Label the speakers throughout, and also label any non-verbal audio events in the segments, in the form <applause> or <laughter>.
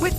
Speaker 1: With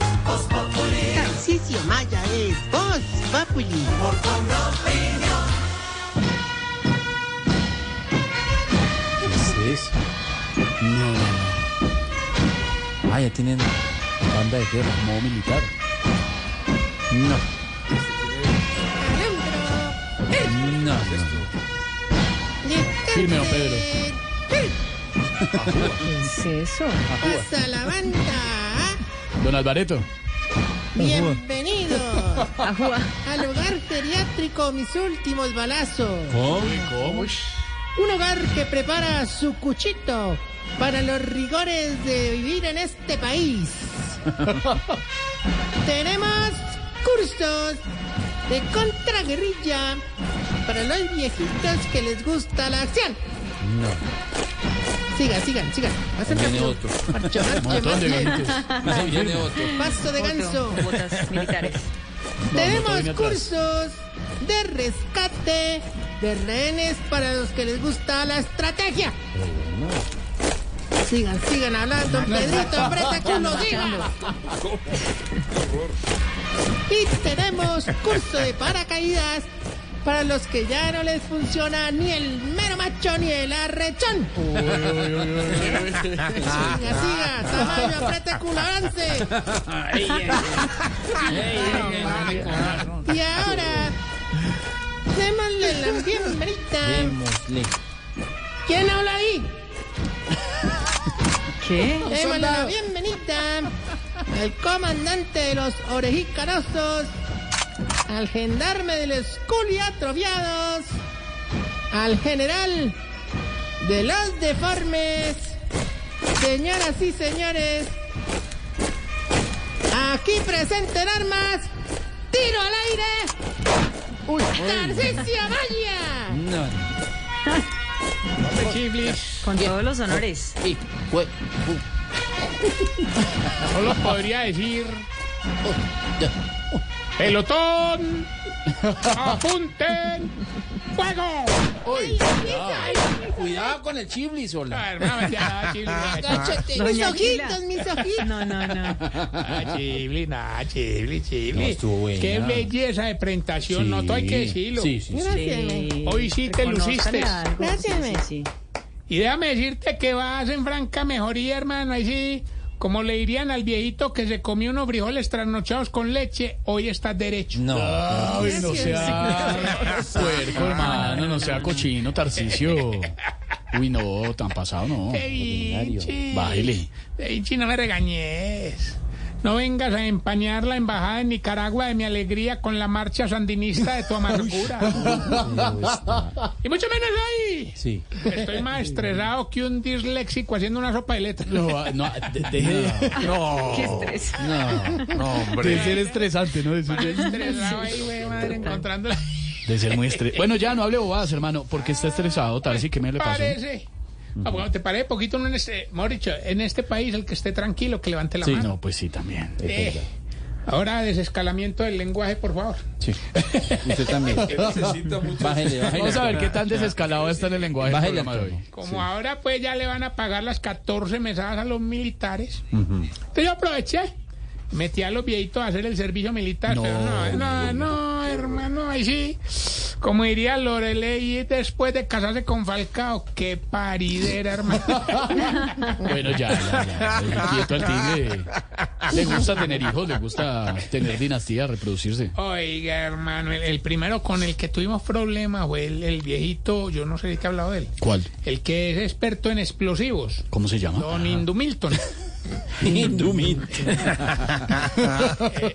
Speaker 2: Tarcisio Maya es Voz Populi.
Speaker 3: ¿Es eso? No. Ah, ya tienen banda de guerra, modo militar. No. No, no. Firme, don Pedro.
Speaker 2: Pasa la banda.
Speaker 3: Don Alvareto.
Speaker 2: Bienvenidos al hogar geriátrico Mis Últimos Balazos.
Speaker 3: ¿Cómo? ¿Cómo?
Speaker 2: Un hogar que prepara su cuchito para los rigores de vivir en este
Speaker 3: <laughs>
Speaker 2: país. Tenemos cursos de contraguerrilla para los viejitos que les gusta la acción. No. Sigan, sigan, sigan. Hacen
Speaker 3: Viene
Speaker 2: rápido.
Speaker 3: otro.
Speaker 2: Marche,
Speaker 3: Un
Speaker 2: marche,
Speaker 3: montón de
Speaker 2: marche.
Speaker 3: gente. <laughs> Sí, viene otro.
Speaker 2: Paso de ganso.
Speaker 4: <laughs> militares.
Speaker 3: no,
Speaker 2: Tenemos
Speaker 3: viene atrás.
Speaker 2: cursos de rescate de rehenes para los que les gusta la estrategia. Sigan, sigan hablando, Pedrito, aprieta culo, diga. Y tenemos curso de paracaídas para los que ya no les funciona ni el mero macho ni el arrechón. Siga, siga, Tamayo, aprieta culo, avance. Y ahora, démosle la bienvenida.
Speaker 3: Démosle.
Speaker 2: ¿Quién habla ahí?
Speaker 4: ¿Qué?
Speaker 2: Démosle la bienvenida al comandante de los orejicarosos, al gendarme de los culiatrofiados, al general de los deformes. Señoras y señores, aquí presenten armas. ¡Tiro al aire! ¡Tarcisio Maya!
Speaker 3: No.
Speaker 4: Con todos los honores.
Speaker 5: Solo podría decir. Pelotón, apunten, fuego.
Speaker 3: Cuidado con el chiblis, hola.
Speaker 5: Ah, hermano, ya, chibli,
Speaker 2: Mis
Speaker 4: Doña
Speaker 2: ojitos, mis ojitos.
Speaker 4: No, no, <laughs> no.
Speaker 5: ah, chibli, nah, chibli, chibli.
Speaker 3: No, estuvo buena.
Speaker 5: Qué belleza de presentación, no, todo hay que decirlo.
Speaker 3: Sí, sí, sí.
Speaker 2: Gracias. me.
Speaker 5: Hoy sí te
Speaker 4: Reconózcale
Speaker 5: luciste.
Speaker 4: algo.
Speaker 2: Gracias,
Speaker 4: Sí,
Speaker 2: me.
Speaker 4: sí, sí.
Speaker 5: Y déjame decirte que vas en franca mejoría, hermano. Ahí sí, como le dirían al viejito que se comió unos frijoles trasnochados con leche, hoy estás derecho.
Speaker 3: No. Ay, no sea puerco, hermano, no sea cochino, Tarcicio. Uy, no, tan pasado no.
Speaker 5: Ey,
Speaker 3: Ordinario.
Speaker 5: Chi.
Speaker 3: Bájele.
Speaker 5: Ey, Chi, no me regañes. No vengas a empañar la embajada de Nicaragua de mi alegría con la marcha sandinista
Speaker 3: <laughs>
Speaker 5: de tu amargura. y mucho menos ahí.
Speaker 3: Sí.
Speaker 5: Estoy más estresado que un disléxico haciendo una sopa de letras.
Speaker 3: No, ah, no, de- deje. <laughs> No.
Speaker 4: Qué estrés.
Speaker 3: No, no, hombre. De ser estresante, ¿no? De ser,
Speaker 5: Estresado ahí, güey, madre, encontrando la-
Speaker 3: de ser muy estresante. Bueno, ya no hable bobadas, hermano, porque está estresado, Tarci, ¿qué me le pasó?
Speaker 5: Parece. Ah, bueno, te paré poquito en este, Mauricio, en este país el que esté tranquilo, que levante la
Speaker 3: Sí,
Speaker 5: mano.
Speaker 3: no, pues sí, también.
Speaker 5: Eh, ahora desescalamiento del lenguaje, por favor.
Speaker 3: Sí. Usted también. Bájele, bájele. Vamos a ver qué tan desescalado está en el lenguaje del programa de hoy.
Speaker 5: Como ahora pues ya le van a pagar las 14 mesadas a los militares. Entonces yo aproveché, metí a los viejitos a hacer el servicio militar.
Speaker 3: No.
Speaker 5: pero No, no, no, hermano, ahí sí. Como diría Lorelei después de casarse con Falcao, qué paridera, hermano.
Speaker 3: Bueno, ya, ya, ya. Quieto al tigre. Le gusta tener hijos, le gusta tener dinastía, reproducirse.
Speaker 5: Oiga, hermano, el, el primero con el que tuvimos problemas fue el, el viejito, yo no sé si te he hablado de él.
Speaker 3: ¿Cuál?
Speaker 5: El que es experto en explosivos,
Speaker 3: ¿Cómo se llama?
Speaker 5: don Indumilton. <laughs>
Speaker 3: Indumin.
Speaker 5: Eh,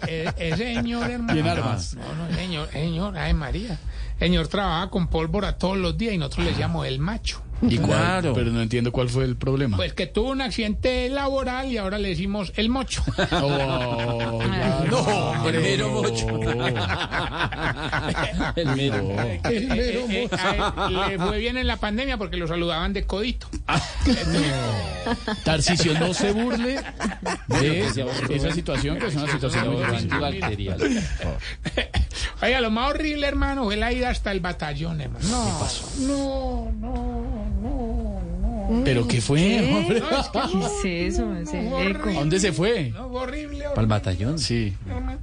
Speaker 5: eh, eh, señor, hermano.
Speaker 3: Tiene armas.
Speaker 5: No, no, señor, señor, ay María. señor trabajaba con pólvora todos los días y nosotros le decíamos el macho.
Speaker 3: ¿Y cuál?
Speaker 6: Claro.
Speaker 3: Pero no entiendo cuál fue el problema.
Speaker 5: Pues que tuvo un accidente laboral y ahora le decimos el <laughs> mocho.
Speaker 3: Oh,
Speaker 5: <laughs>
Speaker 3: ya,
Speaker 6: No, el mero mocho. El mero.
Speaker 5: Eh, eh, eh, a él le fue bien en la pandemia porque lo saludaban de codito. <laughs>
Speaker 3: Tarcisio, no se burle de esa situación, que es una situación muy difícil.
Speaker 6: antibacterial.
Speaker 5: Oiga, lo más horrible, hermano, fue la ida hasta el batallón, hermano. No, no, no, no, no.
Speaker 3: ¿Pero qué fue, hombre?
Speaker 5: No, es que es un-
Speaker 4: ¿Qué es eso? Ese eco.
Speaker 3: ¿A dónde se fue?
Speaker 5: no, horrible,
Speaker 6: Para el
Speaker 5: horrible.
Speaker 6: batallón.
Speaker 3: Sí.
Speaker 5: hermano.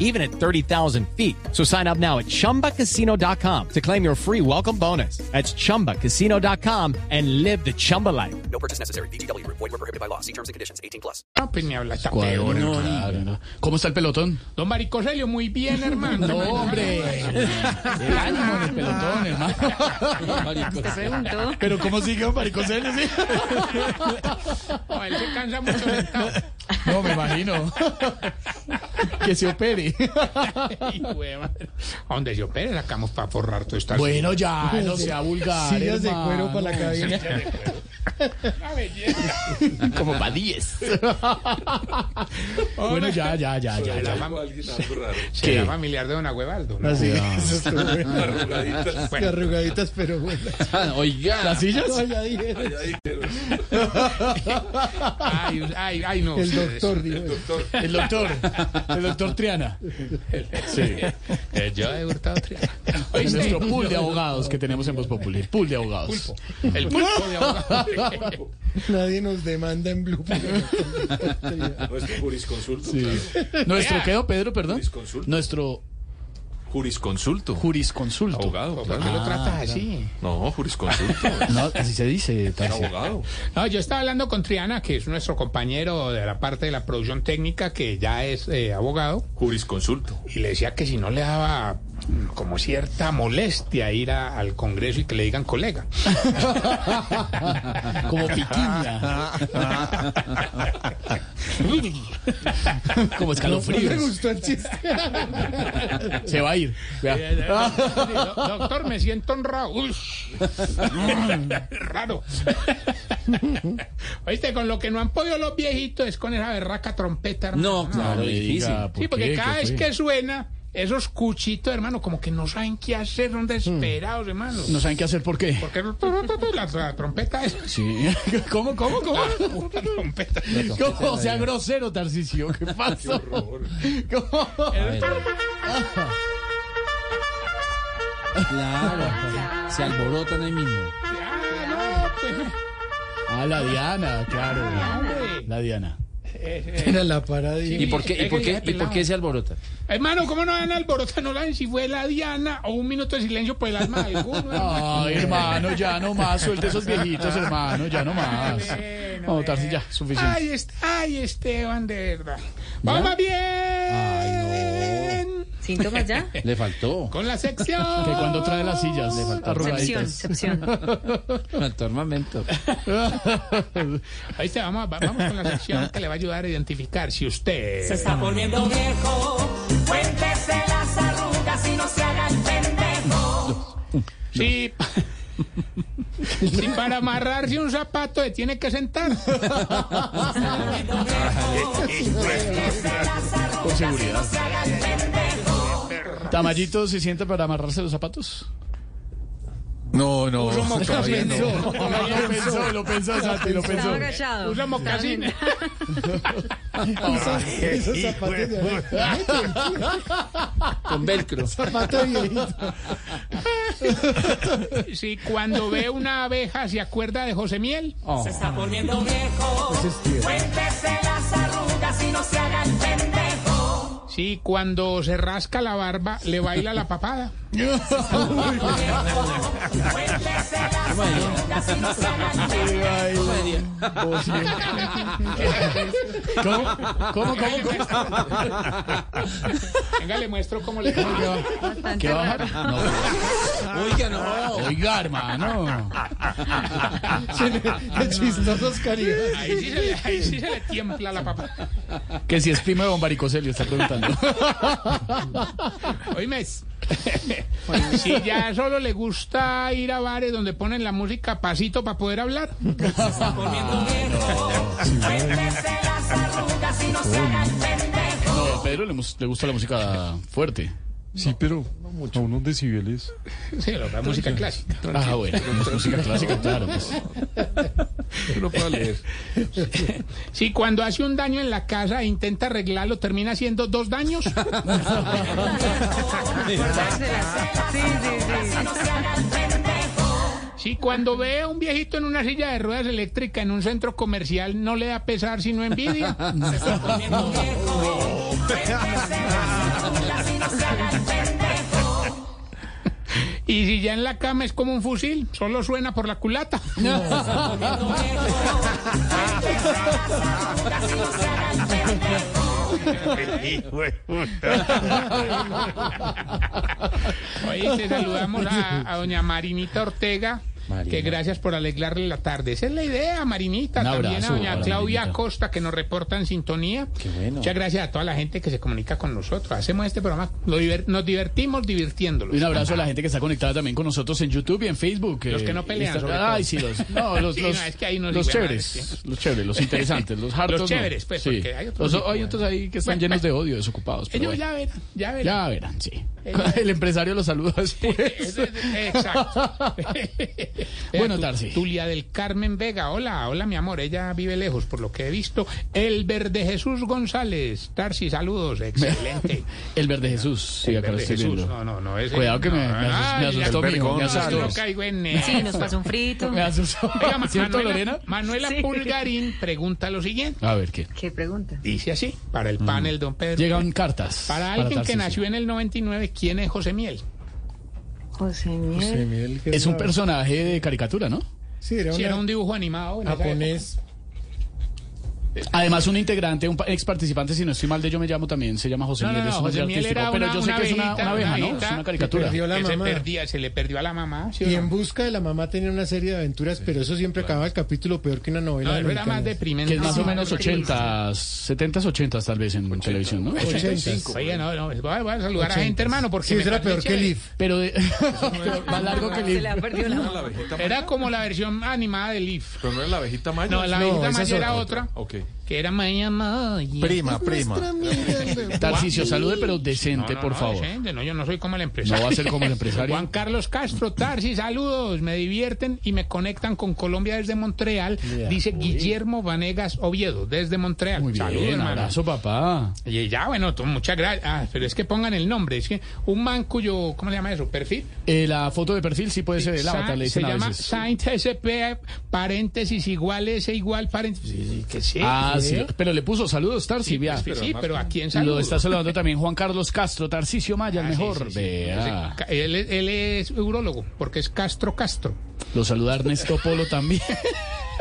Speaker 7: even at 30,000 feet. So sign up now at chumbacasino.com to claim your free welcome bonus. That's chumbacasino.com and live the Chumba life.
Speaker 5: No, pues ni habla, está
Speaker 3: Cuadro,
Speaker 5: peor.
Speaker 3: no, claro, no. ¿Cómo está el pelotón?
Speaker 5: Don Maricoselio, muy bien, hermano.
Speaker 3: No, hombre. El ánimo en el pelotón, hermano.
Speaker 4: Usted preguntó.
Speaker 3: Pero ¿cómo sigue un mariconcelo? sí?
Speaker 5: No, él se cansa mucho sentado.
Speaker 3: <laughs> No, me imagino. Que se opere.
Speaker 5: Hijuema. A donde yo opere, sacamos para forrar toda esta.
Speaker 3: Bueno, ya, no sea vulgar.
Speaker 6: Sillas de cuero para la
Speaker 3: hermano.
Speaker 5: <laughs>
Speaker 6: cabina.
Speaker 5: Una belleza.
Speaker 3: Como para 10. bueno, ya, ya, ya, ya.
Speaker 5: La
Speaker 3: ya.
Speaker 5: fam-
Speaker 3: ¿Qué?
Speaker 5: Será familiar de don Agüevaldo. ¿no?
Speaker 6: Así.
Speaker 5: <laughs>
Speaker 6: <laughs>
Speaker 5: Bueno.
Speaker 6: Arrugaditas, pero buenas.
Speaker 3: Oiga. ¿Las sillas?
Speaker 6: ya dije.
Speaker 5: Ay, ay, ay, no.
Speaker 6: El
Speaker 5: ustedes.
Speaker 6: doctor dijo.
Speaker 3: El doctor. El doctor Triana. Sí.
Speaker 5: <laughs> Eh, Yo he hurtado tres.
Speaker 3: Es nuestro pool de abogados que tenemos en Voz Populi. Pool de abogados.
Speaker 5: El pulpo
Speaker 3: <laughs>
Speaker 5: de abogado.
Speaker 6: Nadie nos demanda en Blue.
Speaker 8: Nuestro jurisconsulto.
Speaker 3: Nuestro, ¿qué, don Pedro, perdón?
Speaker 8: Jurisconsulto.
Speaker 3: Nuestro
Speaker 8: <laughs> Jurisconsulto.
Speaker 3: jurisconsulto.
Speaker 8: abogado,
Speaker 5: ¿Por
Speaker 8: claro.
Speaker 3: Ah.
Speaker 5: qué lo tratas así?
Speaker 8: No, jurisconsulto.
Speaker 3: No, así se dice.
Speaker 8: es
Speaker 3: Tarcisio.
Speaker 8: abogado.
Speaker 5: No, yo estaba hablando con Triana, que es nuestro compañero de la parte de la producción técnica, que ya es eh, abogado,
Speaker 8: Jurisconsulto.
Speaker 5: y le decía que si no le daba mm, como cierta molestia ir a- al Congreso y que le digan colega.
Speaker 3: <laughs>
Speaker 6: <laughs>
Speaker 3: Como piquiña. Como escalofríos.
Speaker 6: el chiste.
Speaker 3: Se va a ir.
Speaker 5: Eh,
Speaker 3: Vea.
Speaker 5: Do- Doctor, me siento honrado. Uy, <laughs> Raro. <laughs> Oíste, con lo que no han podido los viejitos es con esa berraca trompeta, hermano.
Speaker 6: No, claro,
Speaker 3: le
Speaker 6: difícil.
Speaker 3: diga, ¿por
Speaker 5: Sí, porque
Speaker 3: qué?
Speaker 5: cada
Speaker 3: ¿Qué
Speaker 5: vez
Speaker 3: fue?
Speaker 5: que suena, esos cuchitos, hermano, como que no saben qué hacer, son desesperados, hermano.
Speaker 3: Hmm. No saben qué hacer, ¿por qué?
Speaker 5: Porque tu, tu, tu, tu, la, la trompeta es.
Speaker 3: Sí.
Speaker 9: <laughs>
Speaker 3: ¿Cómo, cómo,
Speaker 5: <laughs>
Speaker 3: cómo?
Speaker 5: Puta trompeta.
Speaker 3: ¿Cómo? O sea, grosero, Tarcisio.
Speaker 9: <laughs>
Speaker 3: ¿Qué pasa? ¿Cómo?
Speaker 6: Claro. Se alborotan ahí mismo.
Speaker 5: Ah, no, pues,
Speaker 3: Ah, la Diana, claro. La Diana.
Speaker 6: Era la paradilla.
Speaker 9: ¿Y por qué, y por qué, y por qué se alborota?
Speaker 5: Hermano, ¿cómo no dan alborota? No la ven si fue la Diana o un minuto de silencio por el alma de alguno.
Speaker 3: <laughs> Ay, hermano, ya no más, suelte esos viejitos, hermano, ya no más. No, Tarsi, ya, suficiente.
Speaker 5: Ay, este, ay, Esteban, de verdad. ¡Vamos bien!
Speaker 4: ¿Síntomas ya?
Speaker 9: Le faltó.
Speaker 5: Con la sección.
Speaker 3: Que cuando trae las sillas,
Speaker 4: Sección,
Speaker 3: arrugaditas.
Speaker 4: sección. <laughs>
Speaker 9: Faltó
Speaker 3: <laughs>
Speaker 9: armamento.
Speaker 5: <laughs> Ahí está, vamos, va- vamos con la sección que le va a ayudar a identificar si usted.
Speaker 10: Se está poniendo viejo. Cuéntese las arrugas y no se haga el pendejo.
Speaker 5: Sí. Si para amarrarse un zapato se tiene que sentar.
Speaker 10: Cuéntese las
Speaker 3: Por
Speaker 10: arrugas y no
Speaker 3: seguridad.
Speaker 10: se haga el pendejo.
Speaker 3: ¿Tamayito se sienta para amarrarse los zapatos?
Speaker 8: No, no.
Speaker 3: todavía no. Lo
Speaker 5: Pues,
Speaker 3: pensó, lo pensó, Santi, lo
Speaker 4: Estaba
Speaker 3: pensó.
Speaker 4: agachado.
Speaker 5: Usa mocasín.
Speaker 6: Esos zapatos de
Speaker 9: Con velcro.
Speaker 6: zapato viejito.
Speaker 5: Si cuando ve una abeja se acuerda de José Miel. Oh.
Speaker 10: Se está poniendo viejo. Cuéntese las arrugas y no se haga el pendejo.
Speaker 5: Si cuando se rasca la barba le baila la papada.
Speaker 10: Cuéntese las arrugas y no se haga el pendejo.
Speaker 3: ¿Cómo? ¿Cómo, cómo, cómo?
Speaker 5: Venga, le muestro cómo le
Speaker 3: ¿Qué va a bajar? No, pues.
Speaker 9: Oiga, no.
Speaker 3: Oiga, hermano.
Speaker 6: Qué chistosos cariños.
Speaker 5: Ahí sí se le, ahí sí se le tiembla la papada.
Speaker 3: Que si es primo de Bombaricoselio, está preguntando.
Speaker 5: Oíme. Si ya solo le gusta ir a bares donde ponen la música pasito para poder hablar.
Speaker 10: Poniendo viejo. Cuéntese las arrugas y no se haga el pendejo.
Speaker 3: <laughs> No, Pedro le, mus- le gusta la música fuerte.
Speaker 11: Sí, pero a unos decibeles.
Speaker 5: Sí, lo- la música clásica.
Speaker 3: Ah, bueno, pues música clásica, claro. pues.
Speaker 8: No puedo leer.
Speaker 5: Si cuando hace un daño en la casa e intenta arreglarlo, termina haciendo dos daños.
Speaker 4: Sí, sí, sí.
Speaker 5: Si cuando ve a un viejito en una silla de ruedas eléctrica en un centro comercial, no le da pesar sino envidia. Y si ya en la cama es como un fusil, solo suena por la culata. Oye, te saludamos a, a doña Marinita Ortega. Que gracias por alegrarle la tarde. Esa es la idea, Marinita.
Speaker 3: Un
Speaker 5: También a
Speaker 3: abrazo
Speaker 5: doña
Speaker 3: para
Speaker 5: Claudia
Speaker 3: Marinita.
Speaker 5: Costa, que nos reporta en sintonía. Muchas gracias a toda la gente que se comunica con nosotros. Hacemos este programa, lo diver- nos divertimos divirtiéndolos.
Speaker 3: Y <laughs> un abrazo a la gente que está conectada también con nosotros en YouTube y en Facebook.
Speaker 5: Los
Speaker 3: eh,
Speaker 5: que no pelean,
Speaker 3: Insta-
Speaker 5: sobre todo.
Speaker 3: Ay, sí, los,
Speaker 5: <laughs>
Speaker 3: no, los,
Speaker 5: Sí,
Speaker 3: los,
Speaker 5: no, es que ahí no
Speaker 3: los
Speaker 5: digo nada,
Speaker 3: chéveres,
Speaker 5: es
Speaker 3: los chéveres, los interesantes, los hartos.
Speaker 5: <laughs> Los
Speaker 3: no.
Speaker 5: chéveres, pues,
Speaker 3: Sí.
Speaker 5: porque hay otros
Speaker 3: Los-
Speaker 5: que-
Speaker 3: hay otros ahí que están
Speaker 5: Bueno,
Speaker 3: llenos
Speaker 5: pues,
Speaker 3: de odio, desocupados. pero
Speaker 5: Ellos
Speaker 3: bueno.
Speaker 5: Eh, ya verán,
Speaker 3: Ya
Speaker 5: ya verán. <laughs>
Speaker 3: verán, sí. <laughs> El empresario los saluda después.
Speaker 5: Eso es- Exacto.
Speaker 3: <laughs> Bueno,
Speaker 5: Tu-
Speaker 3: Tarsi.
Speaker 5: Tulia del Carmen Vega. Hola, hola, mi amor. Ella vive lejos, por lo que he visto. El Verde Jesús González. Tarsi, saludos. Excelente.
Speaker 3: El verde Jesús. <laughs> Sí, acá lo
Speaker 5: Verde
Speaker 3: estoy
Speaker 5: Jesús.
Speaker 3: viendo.
Speaker 5: No, no, no. ese-
Speaker 3: Cuidado que me, me
Speaker 5: no,
Speaker 3: asus- me
Speaker 5: ay, ya
Speaker 3: asustó,
Speaker 5: no,
Speaker 3: mijo, me
Speaker 5: no,
Speaker 3: asustó.
Speaker 5: no caigo en eso.
Speaker 4: Sí, nos pasó un frito.
Speaker 3: Me asustó.
Speaker 5: Oiga,
Speaker 3: <laughs>
Speaker 5: Ma-
Speaker 3: ¿Cierto,
Speaker 5: Manuela-
Speaker 3: Lorena?
Speaker 5: Manuela
Speaker 4: Sí.
Speaker 5: Pulgarín pregunta lo siguiente.
Speaker 3: A ver, ¿qué?
Speaker 4: ¿Qué pregunta?
Speaker 5: Dice así, para el
Speaker 3: Mm.
Speaker 5: panel, don Pedro.
Speaker 3: Llegan cartas.
Speaker 5: Para alguien que
Speaker 3: Tarcisio.
Speaker 5: nació en el 99, ¿quién es José Miel?
Speaker 4: José
Speaker 6: José
Speaker 4: Miel.
Speaker 6: Miguel, que
Speaker 3: Es un
Speaker 6: la-
Speaker 3: personaje de caricatura, ¿no?
Speaker 6: Sí, era
Speaker 5: Si era
Speaker 6: un
Speaker 5: un dibujo animado. en esa
Speaker 6: japonés.
Speaker 5: Eh.
Speaker 3: Además, un integrante, un pa- ex participante, si no estoy mal de yo me llamo también, se llama José
Speaker 5: No, no,
Speaker 3: Miguel.
Speaker 5: no,
Speaker 3: es un
Speaker 5: José
Speaker 3: nombre
Speaker 5: Miguel
Speaker 3: artístico,
Speaker 5: era
Speaker 3: pero
Speaker 5: una-
Speaker 3: yo sé
Speaker 5: una
Speaker 3: que es una,
Speaker 5: abejita,
Speaker 3: una abeja,
Speaker 5: una
Speaker 3: ¿no? Es
Speaker 5: abejita
Speaker 3: una
Speaker 6: Se
Speaker 3: caricatura.
Speaker 6: perdió la
Speaker 5: que se
Speaker 6: mamá.
Speaker 5: perdía, se le perdió a la mamá. ¿sí o
Speaker 6: Y
Speaker 5: no?
Speaker 6: en busca de la mamá tenía una serie de aventuras, pero eso siempre acababa el capítulo peor que una novela.
Speaker 5: No, pero era
Speaker 6: americana.
Speaker 5: más deprimente.
Speaker 3: Que es más o
Speaker 4: Ah,
Speaker 3: menos
Speaker 4: qué triste.
Speaker 3: 80, 70, 80 tal vez en televisión, ¿no?
Speaker 6: 85.
Speaker 5: Oye, no, no,
Speaker 3: pues.
Speaker 5: voy a, voy a saludar a gente, hermano, porque
Speaker 6: Sí,
Speaker 5: me
Speaker 6: eso era
Speaker 5: parece
Speaker 6: peor que
Speaker 5: chévere.
Speaker 6: Leaf.
Speaker 3: Pero
Speaker 5: <laughs>
Speaker 3: de- <laughs> más largo que
Speaker 4: Se le
Speaker 3: el
Speaker 4: ha perdido la
Speaker 8: La
Speaker 4: mano.
Speaker 8: abejita
Speaker 5: Era como la versión animada de Leaf.
Speaker 8: ¿Pero no era la abejita maya?
Speaker 5: No, la
Speaker 6: No,
Speaker 5: abejita
Speaker 6: esa
Speaker 5: Maya
Speaker 6: es
Speaker 5: era
Speaker 6: otra.
Speaker 5: otra.
Speaker 8: Ok.
Speaker 5: que era Maya Maya.
Speaker 3: Prima, prima. Tarcicio, salude, pero decente,
Speaker 5: No, eh. no,
Speaker 3: por
Speaker 5: no,
Speaker 3: favor.
Speaker 5: decente, no, yo no soy como el empresario.
Speaker 3: No va a ser como el empresario.
Speaker 5: Juan Carlos Castro, Tarsi, saludos. Me divierten y me conectan con Colombia desde Montreal.
Speaker 3: Mira,
Speaker 5: Dice
Speaker 3: uy.
Speaker 5: Guillermo Vanegas Oviedo, desde Montreal.
Speaker 3: Muy bien,
Speaker 5: Saludos,
Speaker 3: un
Speaker 5: hermano.
Speaker 3: abrazo, papá.
Speaker 5: Y ya, bueno, tú, muchas gracias. Ah, pero es que pongan el nombre. Es que un man cuyo, ¿cómo se llama eso? Perfil.
Speaker 3: Eh, la foto de perfil sí puede ser el
Speaker 5: Sa-
Speaker 3: avatar, le
Speaker 5: se
Speaker 3: dicen a
Speaker 5: llama
Speaker 3: veces.
Speaker 5: Saint SP, paréntesis, igual S, igual paréntesis. Sí, sí, que sí,
Speaker 3: Ah,
Speaker 5: que
Speaker 3: sí. Pero le puso saludos, Tarsi,
Speaker 5: Sí,
Speaker 3: vea.
Speaker 5: pues, pero sí, pero ¿a quién
Speaker 3: Lo
Speaker 5: saludo?
Speaker 3: está saludando también Juan Carlos Castro, Tarcicio Maya, el
Speaker 5: Ah, sí,
Speaker 3: mejor.
Speaker 5: sí, sí.
Speaker 3: Vea.
Speaker 5: Ese- Él, es- él es urologo, porque es Castro Castro.
Speaker 3: Lo saluda Ernesto Polo también. <laughs>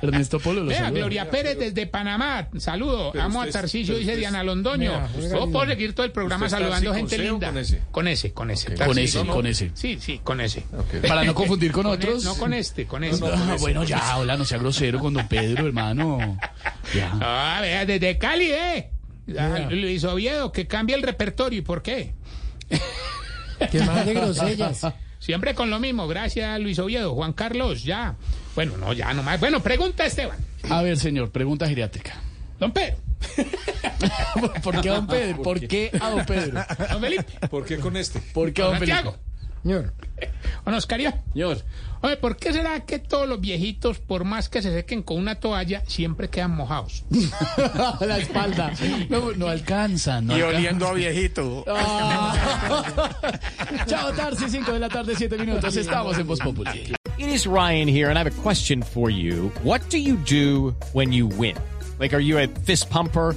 Speaker 3: Ernesto Polo lo
Speaker 5: Vea,
Speaker 3: saluda.
Speaker 5: Gloria Pérez desde Panamá. Saludo.
Speaker 3: Pero
Speaker 5: Amo a
Speaker 3: usted es-
Speaker 5: Tarcicio,
Speaker 3: pero
Speaker 5: dice
Speaker 3: usted es-
Speaker 5: Diana Londoño.
Speaker 3: Mira, juega
Speaker 5: Yo
Speaker 3: lindo.
Speaker 5: puedo seguir todo el programa
Speaker 3: ¿Usted es
Speaker 5: saludando
Speaker 3: Tarsi
Speaker 5: gente
Speaker 3: con C o
Speaker 5: linda.
Speaker 3: con S?
Speaker 5: Con ese, con ese.
Speaker 3: Ok.
Speaker 5: Tarsi,
Speaker 3: Con ese,
Speaker 5: ¿no?
Speaker 3: con ese.
Speaker 5: Sí, sí, con ese.
Speaker 3: Para no confundir con
Speaker 5: <laughs> Con
Speaker 3: otros.
Speaker 5: e- no con este, con este.
Speaker 3: No,
Speaker 5: Con este.
Speaker 3: Ah, bueno, ya, hola, no sea grosero con don Pedro, hermano. Ya.
Speaker 5: Ah, vea, desde Cali, ¿eh? Ah,
Speaker 3: Mira.
Speaker 5: Luis Oviedo, que cambie el repertorio. ¿Y por qué?
Speaker 6: Que mande grosellas.
Speaker 5: Siempre con lo mismo. Gracias, Luis Oviedo. Juan Carlos, ya. Bueno, no, ya nomás. Bueno, pregunta, Esteban.
Speaker 3: A ver, señor, pregunta geriátrica. <laughs>
Speaker 5: Don Pedro.
Speaker 3: ¿Por qué a don
Speaker 5: Ah,
Speaker 3: Pedro? ¿Por qué a don Pedro?
Speaker 5: Don Felipe.
Speaker 8: ¿Por qué con este?
Speaker 3: ¿Por qué a
Speaker 5: Don
Speaker 3: don Felipe?
Speaker 5: Santiago. <laughs> Don Oscario.
Speaker 3: Señor.
Speaker 5: Oye, ¿por qué será que todos los viejitos, por más que se sequen con una toalla, siempre quedan mojados?
Speaker 3: la espalda. No, no alcanza, no
Speaker 12: Y
Speaker 3: alcanza.
Speaker 12: oliendo a viejito.
Speaker 3: Chao, Tarsi, 5 de la tarde, 7 minutos. Estamos en Voz Populi.
Speaker 7: It is Ryan here, and I have a question for you. What do you do when you win? Like, are you a fist pumper?